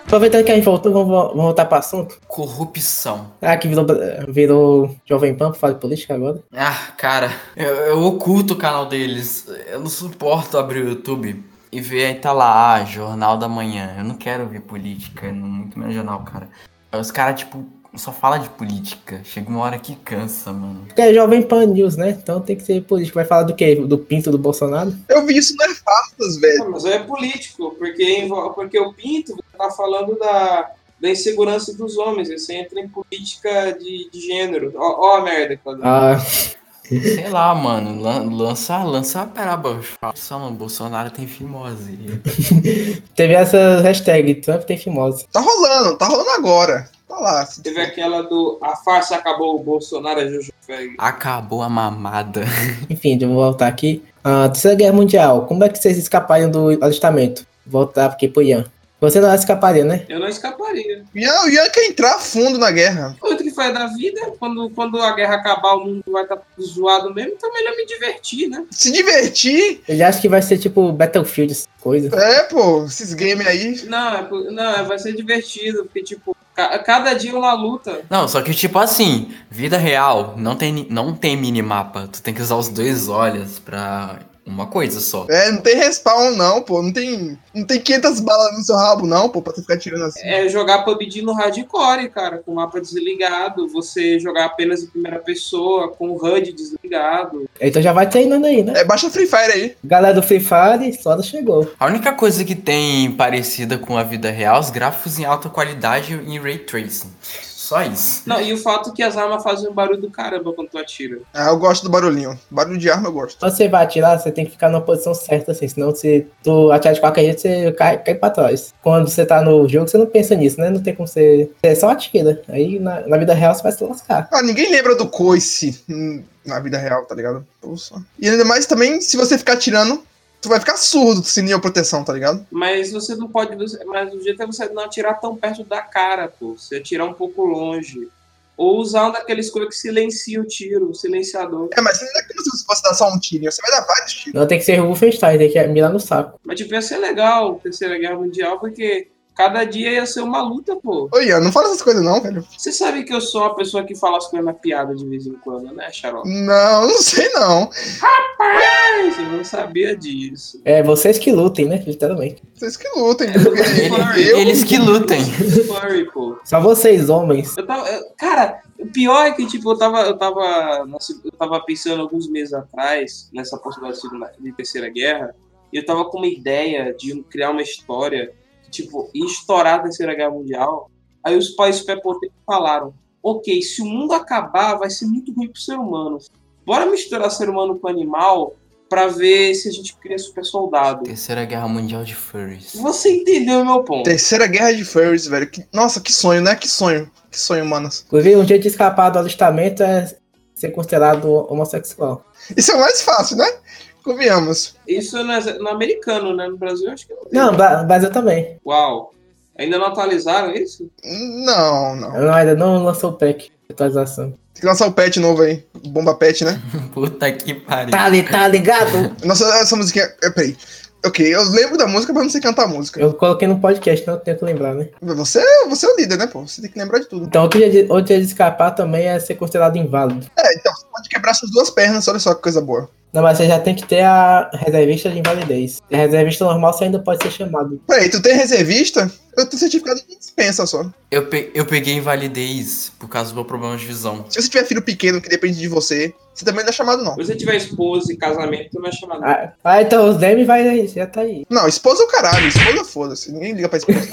Aproveitando que a gente voltou, vamos, vo- vamos voltar pro assunto. Corrupção. Ah, que virou, virou Jovem Pan, fala de política agora. Ah, cara, eu, eu oculto o canal deles. Eu não suporto abrir o YouTube e ver aí tá lá, ah, Jornal da Manhã. Eu não quero ver política, não- muito menos jornal, cara. Os caras, tipo, só fala de política. Chega uma hora que cansa, mano. Porque é Jovem Pan News, né? Então tem que ser político. Vai falar do quê? Do pinto do Bolsonaro? Eu vi isso nas fartas, velho. Não, mas é político, porque, envol- porque o Pinto tá falando da, da insegurança dos homens, aí você entra em política de, de gênero. Ó, ó a merda, que tá dando. Ah, Sei lá, mano, lan- lança, lança a paraba. Só, mano, Bolsonaro tem fimose. teve essa hashtag, Trump tem famosa. Tá rolando, tá rolando agora. Tá lá. Teve aquela do A farsa acabou, o Bolsonaro é Jojo Feg. Acabou a mamada. Enfim, eu vou voltar aqui. Ah, Terceira Guerra Mundial, como é que vocês escaparam do alistamento? Voltar porque pro Ian. Você não escaparia, né? Eu não escaparia. Ian, o Ian quer entrar fundo na guerra. Outro que faz da vida, quando, quando a guerra acabar, o mundo vai estar zoado mesmo, então melhor me divertir, né? Se divertir. Eu já acho que vai ser tipo Battlefield, essas coisas. É, pô, esses games aí. Não, é por- não, vai ser divertido, porque, tipo, ca- cada dia uma luta. Não, só que tipo assim, vida real não tem, ni- não tem minimapa. Tu tem que usar os dois olhos pra uma coisa só. É, não tem respawn, não, pô. Não tem, não tem 500 balas no seu rabo, não, pô, pra tu ficar tirando assim. É jogar PUBG no hardcore, cara, com o mapa desligado, você jogar apenas em primeira pessoa, com o HUD desligado. Então já vai treinando aí, né? É, baixa Free Fire aí. Galera do Free Fire, só chegou. A única coisa que tem parecida com a vida real, os gráficos em alta qualidade e ray tracing. Só isso. Não, e o fato que as armas fazem um barulho do caramba quando tu atira. Ah, eu gosto do barulhinho. Barulho de arma eu gosto. Quando você vai atirar, você tem que ficar na posição certa, assim. Senão, se tu atirar de qualquer jeito, você cai, cai pra trás. Quando você tá no jogo, você não pensa nisso, né? Não tem como você. Você só atira. Aí na, na vida real você vai se lascar. Ah, ninguém lembra do coice hum, na vida real, tá ligado? Pô, só. E ainda mais também, se você ficar atirando, tu vai ficar surdo sem nenhuma proteção, tá ligado? Mas você não pode. você- Mas o jeito é você não atirar tão perto da cara, pô. Você atirar um pouco longe. Ou usar um daqueles coisas que silencia o tiro, um silenciador. É, mas não é como se você fosse dar só um tiro, você vai dar vários tiros. Não tem que ser o Wolfenstein, tem que mirar no saco. Mas tipo, ia ser legal Terceira Guerra Mundial, porque cada dia ia ser uma luta, pô. Ô, Ian, não fala essas coisas não, velho. Você sabe que eu sou uma pessoa que fala as coisas na piada de vez em quando, né, Xarope? Não, não sei não. Mas eu não sabia disso. É, vocês que lutem, né? Literalmente. Vocês que lutem, porque *laughs* Ele- eu... eles que lutem. Furry, pô. Só vocês, homens. Eu tava, eu- cara, o pior é que, tipo, eu tava, eu tava, na se- eu tava pensando alguns meses atrás, nessa possibilidade de, segunda, de terceira guerra, e eu tava com uma ideia de um- criar uma história, que, tipo, ia estourar a terceira guerra mundial. Aí os países superpotentes falaram, ok, se o mundo acabar, vai ser muito ruim pro ser humano. Bora misturar ser humano com animal pra ver se a gente cria super soldado. Terceira Guerra Mundial de Furries. *laughs* Você entendeu o meu ponto? Terceira Guerra de Furries, velho. Que- Nossa, que sonho, né? Que sonho. Que sonho, manos. Inclusive, um jeito de escapar do alistamento é ser considerado homossexual. Isso é o mais fácil, né? Convenhamos. Isso no, ex- no americano, né? No Brasil, eu acho que não tem. Não, Bra- Brasil também. Uau! Ainda não atualizaram isso? Não, não. Não, ainda não lançou o pack de atualização. Tem que lançar o pet novo aí. Bomba pet, né? Puta que pariu. Tá, li- tá ligado? Nossa, essa musiquinha. é, Peraí. Ok, eu lembro da música, mas não sei cantar a música. Eu coloquei no podcast, não tenho que lembrar, né? Você, é- você é o líder, né, pô? Você tem que lembrar de tudo. Então, outro dia, de, outro dia de escapar também é ser considerado inválido. É, então, você pode quebrar suas duas pernas, olha só que coisa boa. Não, mas você já tem que ter a reservista de invalidez. A reservista normal você ainda pode ser chamado. Peraí, tu tem reservista? Eu tenho certificado de dispensa só. Eu, pe- eu peguei invalidez por causa do meu problema de visão. Se você tiver filho pequeno que depende de você, você também não é chamado, não. Se você tiver esposa e casamento, tu não é chamado. Ah, ah, então o Zeme vai aí, já tá aí. Não, esposa é o caralho, esposa foda-se. Ninguém liga pra esposa.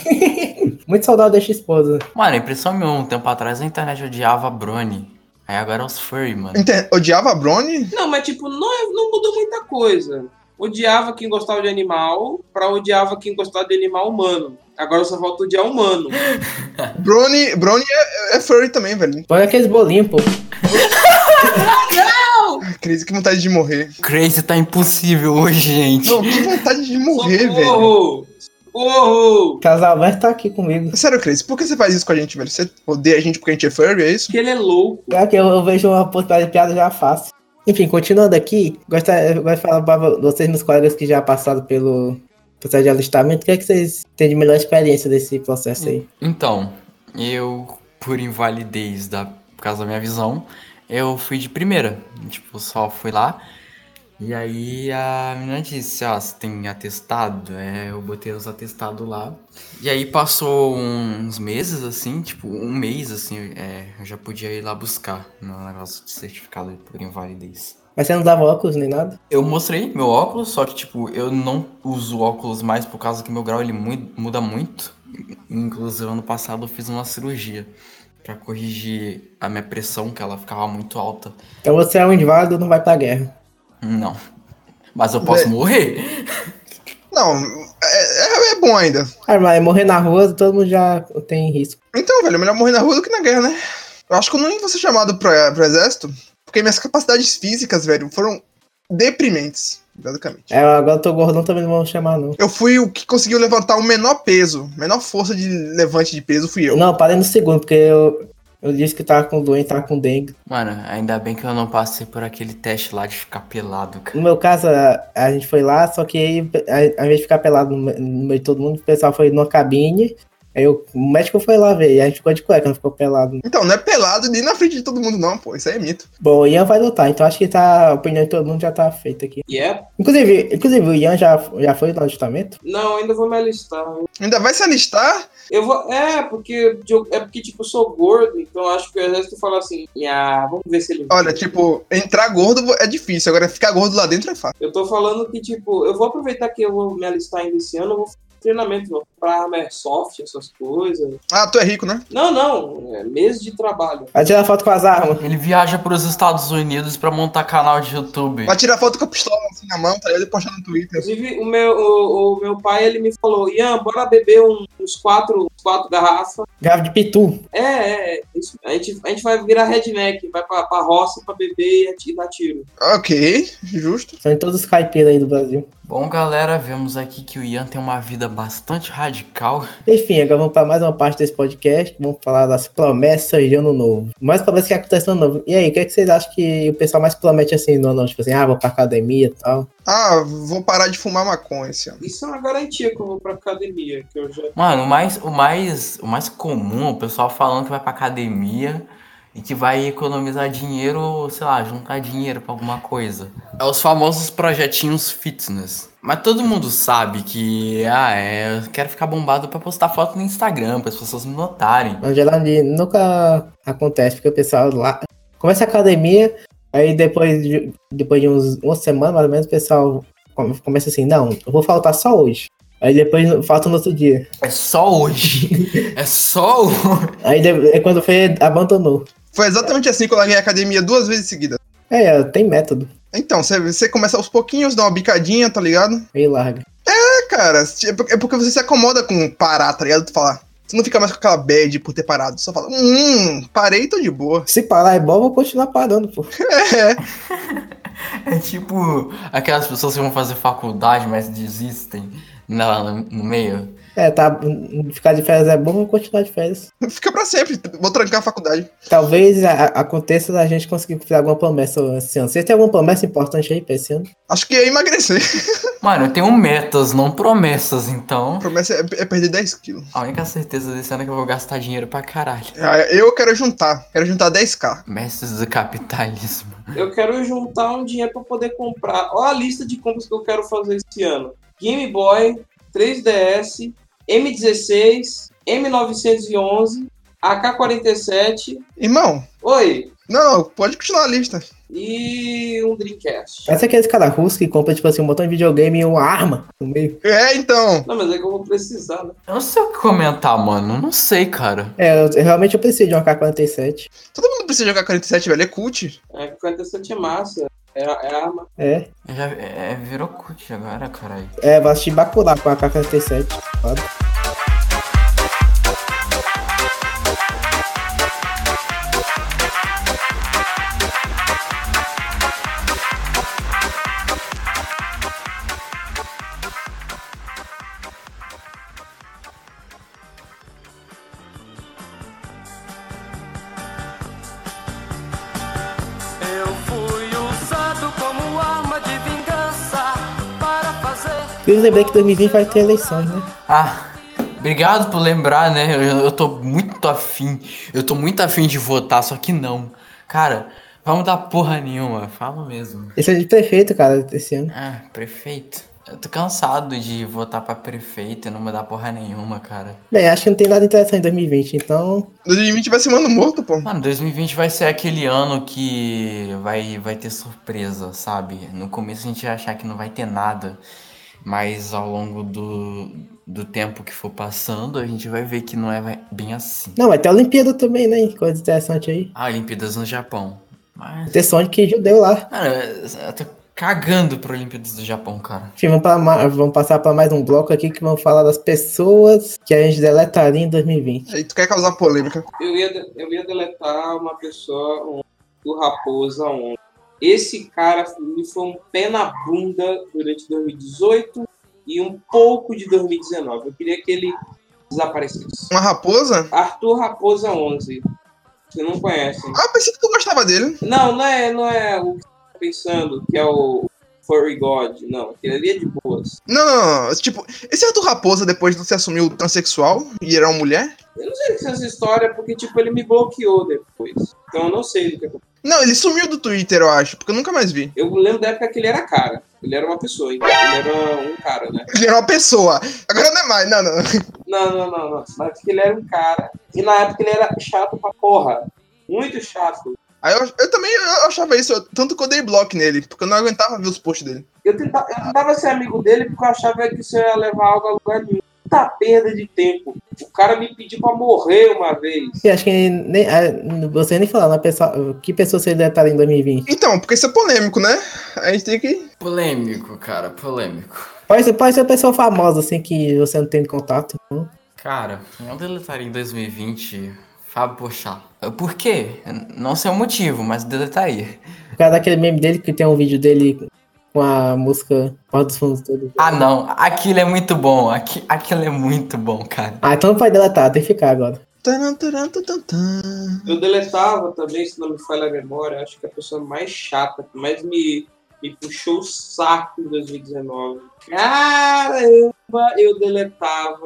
Muito saudável deixa esposa. Mano, a impressão minha, um tempo atrás a internet odiava a Brony. Aí agora é os furry, mano. Inter- Odiava a Brony? Não, mas tipo, não, é- não mudou muita coisa. Odiava quem gostava de animal, pra odiava quem gostava de animal humano. Agora só falta odiar humano. Brony, Brony é, é furry também, velho. Põe aqueles bolinhos, pô. Ai, Cris, que vontade de morrer. Crazy tá impossível hoje, gente. Não, que vontade de morrer, velho. Socorro! Socorro! Casalberto tá aqui comigo. Sério, Cris, por que você faz isso com a gente, velho? Você odeia a gente porque a gente é furry, é isso? Que ele é louco. Já que eu, eu vejo uma possibilidade de piada, já faço. Enfim, continuando aqui, gostaria vai falar pra vo- vocês, meus colegas que já passaram pelo processo de alistamento, o que é que vocês têm de melhor experiência desse processo aí? Então, eu, por invalidez da, por causa da minha visão, eu fui de primeira. Tipo, só fui lá. E aí a menina disse, ó, você tem atestado? É, eu botei os atestados lá. E aí passou uns meses, assim, tipo, um mês, assim, é, eu já podia ir lá buscar no negócio de certificado por invalidez. Mas você não dava óculos nem nada? Eu mostrei meu óculos, só que, tipo, eu não uso óculos mais por causa que meu grau ele mui- muda muito. Inclusive, ano passado eu fiz uma cirurgia pra corrigir a minha pressão, que ela ficava muito alta. Então você é um inválido, não vai pra guerra. Não. Mas eu posso Vé- morrer? Não, é, é- é bom ainda. Ah, mas morrer na rua, todo mundo já tem risco. Então, velho, é melhor morrer na rua do que na guerra, né? Eu acho que eu não ia ser chamado pra, pro exército, porque minhas capacidades físicas, velho, foram deprimentes. basicamente. É, agora eu tô gordão também não vão chamar, não. Eu fui o que conseguiu levantar o menor peso, menor força de levante de peso fui eu. Não, parei no segundo, porque eu, eu disse que tava com doença, tava com dengue. Mano, ainda bem que eu não passei por aquele teste lá de ficar pelado, cara. No meu caso, a, a gente foi lá, só que aí, a- ao invés de ficar pelado no, me- no meio de todo mundo, o pessoal foi numa cabine. Aí o o médico foi lá ver, e a gente ficou de cueca, não ficou pelado. Então, não é pelado nem na frente de todo mundo, não, pô. Isso aí é mito. Bom, o Ian vai lutar, então acho que tá, a opinião de todo mundo já tá feita aqui. E é? Inclusive, inclusive o Ian já, já foi no ajustamento? Não, ainda vou me alistar. Ainda vai se alistar? Eu vou. É, porque de- é porque, tipo, eu sou gordo, então acho que o exército fala assim, ah, vamos ver se ele. Olha, tipo, entrar gordo é difícil, agora ficar gordo lá dentro é fácil. Eu tô falando que, tipo, eu vou aproveitar que eu vou me alistar ainda esse ano, eu vou fazer treinamento vou pra arma airsoft, essas coisas. Ah, tu é rico, né? Não, não, é mês de trabalho. Vai tirar foto com as armas. Ele viaja pros Estados Unidos pra montar canal de YouTube. Vai tirar foto com a pistola assim na mão, tá ligado? E postar no Twitter. Inclusive, o meu, o, o meu pai, ele me falou, Ian, bora beber um- uns quatro, uns quatro garrafas. Grave de pitu. É, é, é, isso. A gente, a gente vai virar redneck, vai pra, pra roça pra beber e ati- dar tiro. Ok, justo. São em todos os caipiras aí do Brasil. Bom, galera, vemos aqui que o Ian tem uma vida bastante radical. Enfim, agora vamos para mais uma parte desse podcast. Vamos falar das promessas de ano novo. Mais promessas que acontecem no ano novo. E aí, o que, é que vocês acham que o pessoal mais promete assim no ano novo? Tipo assim, ah, vou pra academia e tal. Ah, vou parar de fumar maconha esse ano. Isso é uma garantia que eu vou pra academia, que eu já... Mano, o mais, o mais, o mais comum, o pessoal falando que vai pra academia e que vai economizar dinheiro, ou, sei lá, juntar dinheiro pra alguma coisa. É os famosos projetinhos fitness. Mas todo mundo sabe que, ah, é, eu quero ficar bombado pra postar foto no Instagram, para as pessoas me notarem. Mas geralmente nunca acontece, porque o pessoal lá começa a academia, aí depois de, depois de uns, uma semana mais ou menos, o pessoal come- começa assim: não, eu vou faltar só hoje. Aí depois falta no outro dia. É só *laughs* hoje. é só hoje. Aí de- é quando foi, abandonou. Foi exatamente assim que eu larguei a academia duas vezes seguidas. É, tem método. Então, você- você começa aos pouquinhos, dá uma bicadinha, tá ligado? Aí larga. cara, é por- é porque você se acomoda com parar, tá ligado? Tu fala, você não fica mais com aquela bad por ter parado, só fala, hum, parei, tô de boa. *laughs* Se parar é bom, eu vou continuar parando, pô. É, É tipo aquelas pessoas que vão fazer faculdade, mas desistem na, no meio. É, tá. Ficar de férias é bom, eu vou continuar de férias. fica pra sempre, vou trancar a faculdade. Talvez a- a- aconteça da gente conseguir cumprir alguma promessa esse ano. Vocês têm alguma promessa importante aí pra esse ano? Acho que é emagrecer. *laughs* Mano, eu tenho metas, não promessas, então. A promessa é, é perder 10 quilos. A única certeza desse ano é que eu vou gastar dinheiro pra caralho. Ah, Eu quero juntar, quero juntar 10k. Mestres do capitalismo. Eu quero juntar um dinheiro para poder comprar. Olha a lista de compras que eu quero fazer esse ano: Game Boy, 3DS, M16, M911, AK-47. Irmão, Oi! não, não, pode continuar a lista. E um Dreamcast. Parece aqueles cara russo que compra, tipo assim, um montão de videogame e uma arma no meio. É, então, Não, mas é que eu vou precisar, né? Eu não sei o que comentar, mano. Eu Não sei, cara. É, eu, eu realmente eu preciso de uma K-47. todo mundo precisa jogar 47, velho, é cult. É, 47 é massa. É, é arma. É. Eu Já, é, virou cut agora, caralho. É, vou assistir Bacular com a K-47. Foda. Eu fui usado como arma de vingança para fazer. E eu lembrei que 2020 vai ter eleições, né? Ah, obrigado por lembrar, né? Eu, eu tô muito afim. Eu tô muito afim de votar, só que não. Cara, vamos dar porra nenhuma. Falo mesmo. Esse é de prefeito, cara, esse ano. Ah, prefeito. Eu tô cansado de votar pra prefeito e não mudar porra nenhuma, cara. Bem, acho que não tem nada interessante em 2020, então. 2020 vai ser um ano morto, pô. Mano, 2020 vai ser aquele ano que vai, vai ter surpresa, sabe? No começo a gente ia achar que não vai ter nada, mas ao longo do, do tempo que for passando, a gente vai ver que não é vai- bem assim. Não, vai ter a Olimpíada também, né? Coisa interessante aí. Ah, Olimpíadas no Japão. Mas, Vai ter Sonic e judeu lá. cara, eu tô cagando pra Olimpíadas do Japão, cara. Enfim, vamos, pra ma- vamos passar para mais um bloco aqui que vamos falar das pessoas que a gente deletaria em 2020. Aí tu quer causar polêmica. Eu ia, de- eu ia deletar uma pessoa um, do Raposa ontem. Esse cara ele foi um pé na bunda durante 2018 e um pouco de 2019. Eu queria que ele desaparecesse. Uma raposa? Arthur Raposa 11. Você não conhece. Ah, pensei que tu gostava dele. Não, não é, não é o que você tá pensando, que é o Furry God. Não, aquele ali é de boas. Não, não, não. Tipo, esse Arthur Raposa, depois de você assumir o transexual e era uma mulher? Eu não sei se é essa história, porque, tipo, ele me bloqueou depois. Então eu não sei do que aconteceu. Não, ele sumiu do Twitter, eu acho, porque eu nunca mais vi. Eu lembro da época que ele era cara. Ele era uma pessoa, hein? Ele era um cara, né? Ele era uma pessoa. Agora não é mais. Não, não, não. Não, não, não, não. Na época ele era um cara. E na época ele era chato pra porra. Muito chato. Aí eu, eu também eu achava isso, eu- tanto que eu dei bloco nele, porque eu não aguentava ver os posts dele. Eu tentava, eu tentava ser amigo dele porque eu achava que isso ia levar algo a lugar nenhum. Puta perda de tempo. O cara me pediu pra morrer uma vez. E acho que ele nem, ah, você nem falou, né, pessoal, que pessoa você deve estar em 2020. Então, porque isso é polêmico, né? A gente tem que. Polêmico, cara, polêmico. Pode ser, pode ser uma pessoa famosa, assim, que você não tem contato. Não? Cara, eu deletaria em 2020 Fábio Pochá. Por quê? Não sei o motivo, mas deletaria. Por causa daquele meme dele que tem um vídeo dele com a música Porta dos Fundos todo. Ah, não. Aquilo é muito bom. Aqui, aquilo é muito bom, cara. Ah, então não pode deletar, tem que ficar agora. Taran, taran, tan, tan, tan. Eu deletava também, se não me falha a memória, acho que a pessoa mais chata, que mais me, me puxou o saco em 2019. Caramba, eu deletava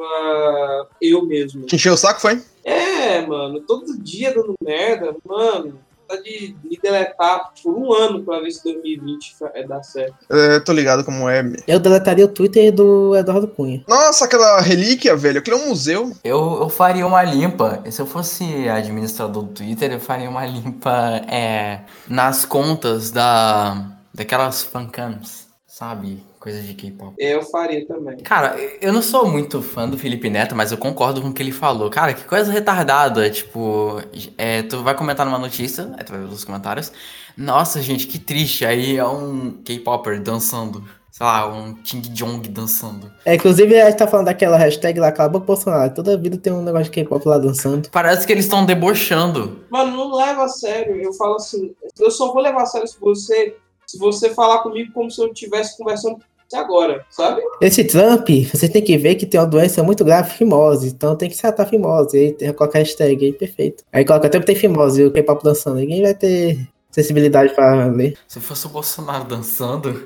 eu mesmo. Te Encheu o saco, foi? É, mano, todo dia dando merda, mano. Tá de me deletar por um ano pra ver se 2020 fa- é dar certo. É, tô ligado como é. Eu deletaria o Twitter do Eduardo Cunha. Nossa, aquela relíquia, velho. Aquilo é um museu. Eu, eu faria uma limpa. Se eu fosse administrador do Twitter, eu faria uma limpa é, nas contas da daquelas fancams, sabe? Coisa de K-pop. É, Eu faria também. Cara, eu não sou muito fã do Felipe Neto, mas eu concordo com o que ele falou. Cara, que coisa retardada. Tipo, é, tu vai comentar numa notícia, aí tu vai ver os comentários. Nossa, gente, que triste. Aí é um K-popper dançando. Sei lá, um Ting Jong dançando. É, inclusive, a gente tá falando daquela hashtag lá, cala a boca, Bolsonaro. Toda vida tem um negócio de K-pop lá dançando. Parece que eles estão debochando. Mano, não leva a sério. Eu falo assim, eu só vou levar a sério se você, se você falar comigo como se eu estivesse conversando com você agora, sabe? Esse Trump, vocês têm que ver que tem uma doença muito grave, fimose. Então tem que se tratar fimose. Aí tem- coloca a hashtag aí, perfeito. Aí coloca até tem fimose e o K-pop dançando. Ninguém vai ter sensibilidade pra ler. Se fosse o Bolsonaro dançando.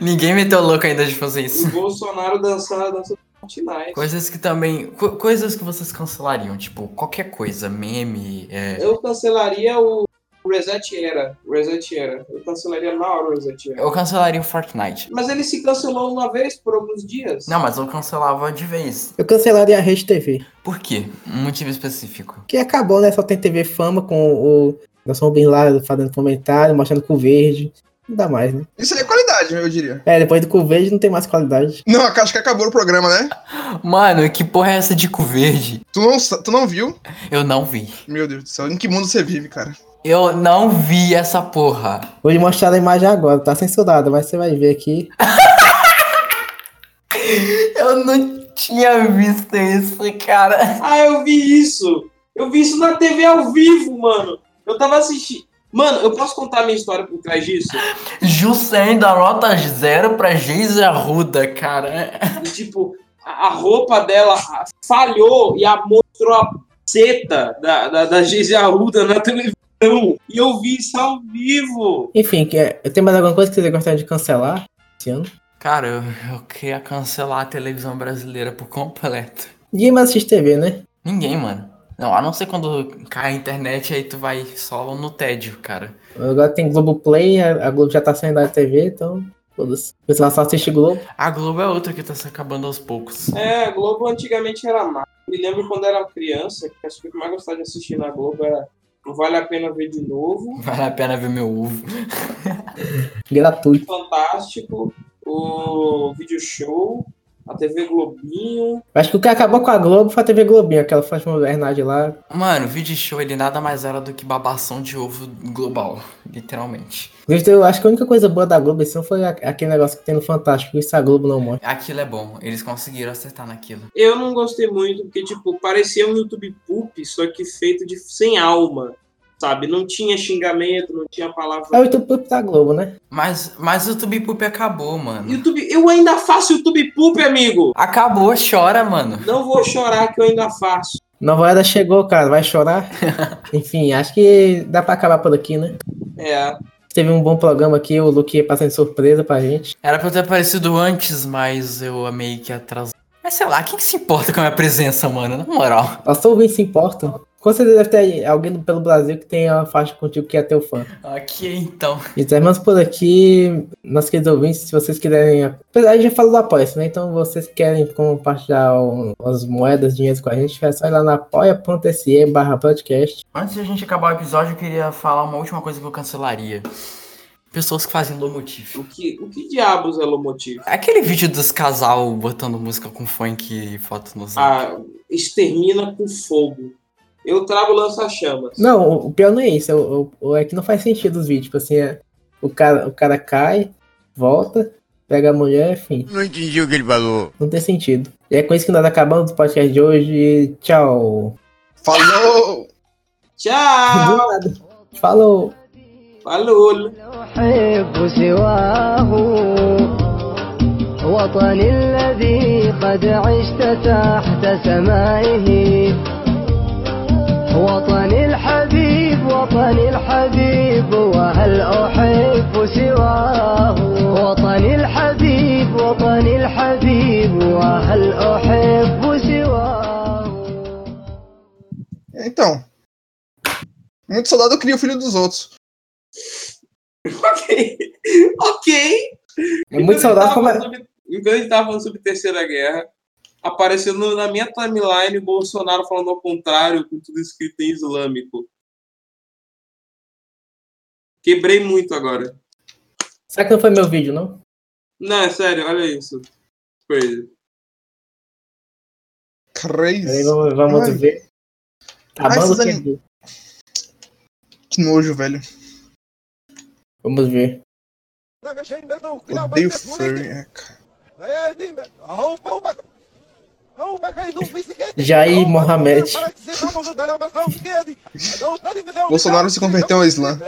Ninguém meteu louco ainda de fazer O isso. Bolsonaro dançando a dança do Fortnite. Coisas que também. co- coisas que vocês cancelariam. Tipo, qualquer coisa. Meme. É, Eu cancelaria o Reset Era. O Reset Era. Eu cancelaria na hora o Reset Era. eu cancelaria o Fortnite. Mas ele se cancelou uma vez por alguns dias. Não, mas eu cancelava de vez. Eu cancelaria a Rede TV. Por quê? Um motivo específico. Que acabou, né? Só tem TV fama com o Nelson Bin Laden fazendo comentário, mostrando cu verde. Não dá mais, né? Isso aí é qualidade, eu diria. É, depois do cu verde não tem mais qualidade. Não, acho que acabou o programa, né? Mano, que porra é essa de cu verde? Tu não, sa- tu não viu? Eu não vi. Meu Deus do céu, em que mundo você vive, cara? Eu não vi essa porra. Vou lhe mostrar a imagem agora, tá censurada, mas você vai ver aqui. Eu não tinha visto isso, cara. Ah, eu vi isso! Eu vi isso na TV ao vivo, mano! Eu tava assistindo. Mano, eu posso contar a minha história por trás disso? Juscelino da nota zero pra Geise Arruda, cara. E, tipo, a a roupa dela falhou e a mostrou a seta da, da, da Geise Arruda na televisão. E eu vi isso ao vivo. Enfim, que- é, tem mais alguma coisa que vocês gostariam de cancelar esse ano? Cara, eu, eu queria cancelar a televisão brasileira por completo. Ninguém mais assiste TV, né? Ninguém, mano. Não, a não ser quando cai a internet, aí tu vai só no tédio, cara. Agora tem Globoplay, a a Globo já tá saindo da TV, então. Foda-se. O pessoal só assiste Globo. A Globo é outra que tá se acabando aos poucos. É, a Globo antigamente era má. Me lembro quando era criança, que as coisas que eu mais gostava de assistir na Globo era Não Vale a Pena Ver de Novo, Vale a pena ver meu ovo. Gratuito. Fantástico, o Video Show, a TV Globinho. Acho que o que acabou com a Globo foi a TV Globinho, aquela Fátima Bernardi lá. Mano, o vídeo show ele nada mais era do que babação de ovo global, literalmente. Inclusive, eu acho que a única coisa boa da Globo esse ano foi a- aquele negócio que tem no Fantástico, isso a Globo não mostra. Aquilo é bom, eles conseguiram acertar naquilo. Eu não gostei muito, porque, tipo, parecia um YouTube Poop, só que feito de sem alma. sabe? Não tinha xingamento, não tinha palavra. É o YouTube Poop da Globo, né? Mas, mas o YouTube Poop acabou, mano. YouTube, eu ainda faço YouTube Poop, amigo. Acabou, chora, mano. Não vou chorar que eu ainda faço. Nova Era chegou, cara, vai chorar. Enfim, acho que dá pra acabar por aqui, né? É. Teve um bom programa aqui, o Luke passando surpresa pra gente. Era pra eu ter aparecido antes, mas eu meio que atrasou. Mas sei lá, quem que se importa com a minha presença, mano? Na moral. Nossa, ouvintes se importam. Com certeza deve ter alguém pelo Brasil que tem uma faixa contigo que é teu fã. Ok, então. E terminamos por aqui, nossos queridos ouvintes, se vocês quiserem. Apesar, A gente já falou do apoia né? Então, vocês querem compartilhar o- as moedas, dinheiro com a gente, é só ir lá na apoia.se barra podcast. Antes de a gente acabar o episódio, eu queria falar uma última coisa que eu cancelaria. Pessoas que fazem lomotivo. O que, o que diabos é Lomotivo? Aquele vídeo dos casal botando música com funk e foto no zap. Ah, extermina com fogo. Eu trago lança-chamas. Não, o- o pior não é isso, é o- o- o- é que não faz sentido os vídeos. Tipo assim, é- o, cara, o cara cai, volta, pega a mulher, enfim. Não entendi o que ele falou. Não tem sentido. E é com isso que nós acabamos o podcast de hoje. Tchau. Do Falou! *laughs* Tchau! nada. Falou. Falou! *laughs* أحب سواه وطني الذي قد عشت تحت سمائه وطني الحبيب وطني الحبيب وهل أحب سواه وطني الحبيب وطني الحبيب وهل أحب سواه Então. Muito soldado cria o filho dos outros. Ok. ok. É muito saudável como é. Enquanto a gente tava falando sobre Terceira Guerra, apareceu no- na minha timeline o Bolsonaro falando ao contrário, com tudo escrito em islâmico. Quebrei muito agora. Será que não foi meu vídeo, não? Não, é sério, olha isso. Crazy. Peraí, Crazy. vamos, vamos Ai. ver. Tá Ai, bom, esses anim- Luquinha? Que nojo, velho. Vamos ver. Odeio furry. é, cara. Jair Mohamed. Bolsonaro se converteu ao Islã.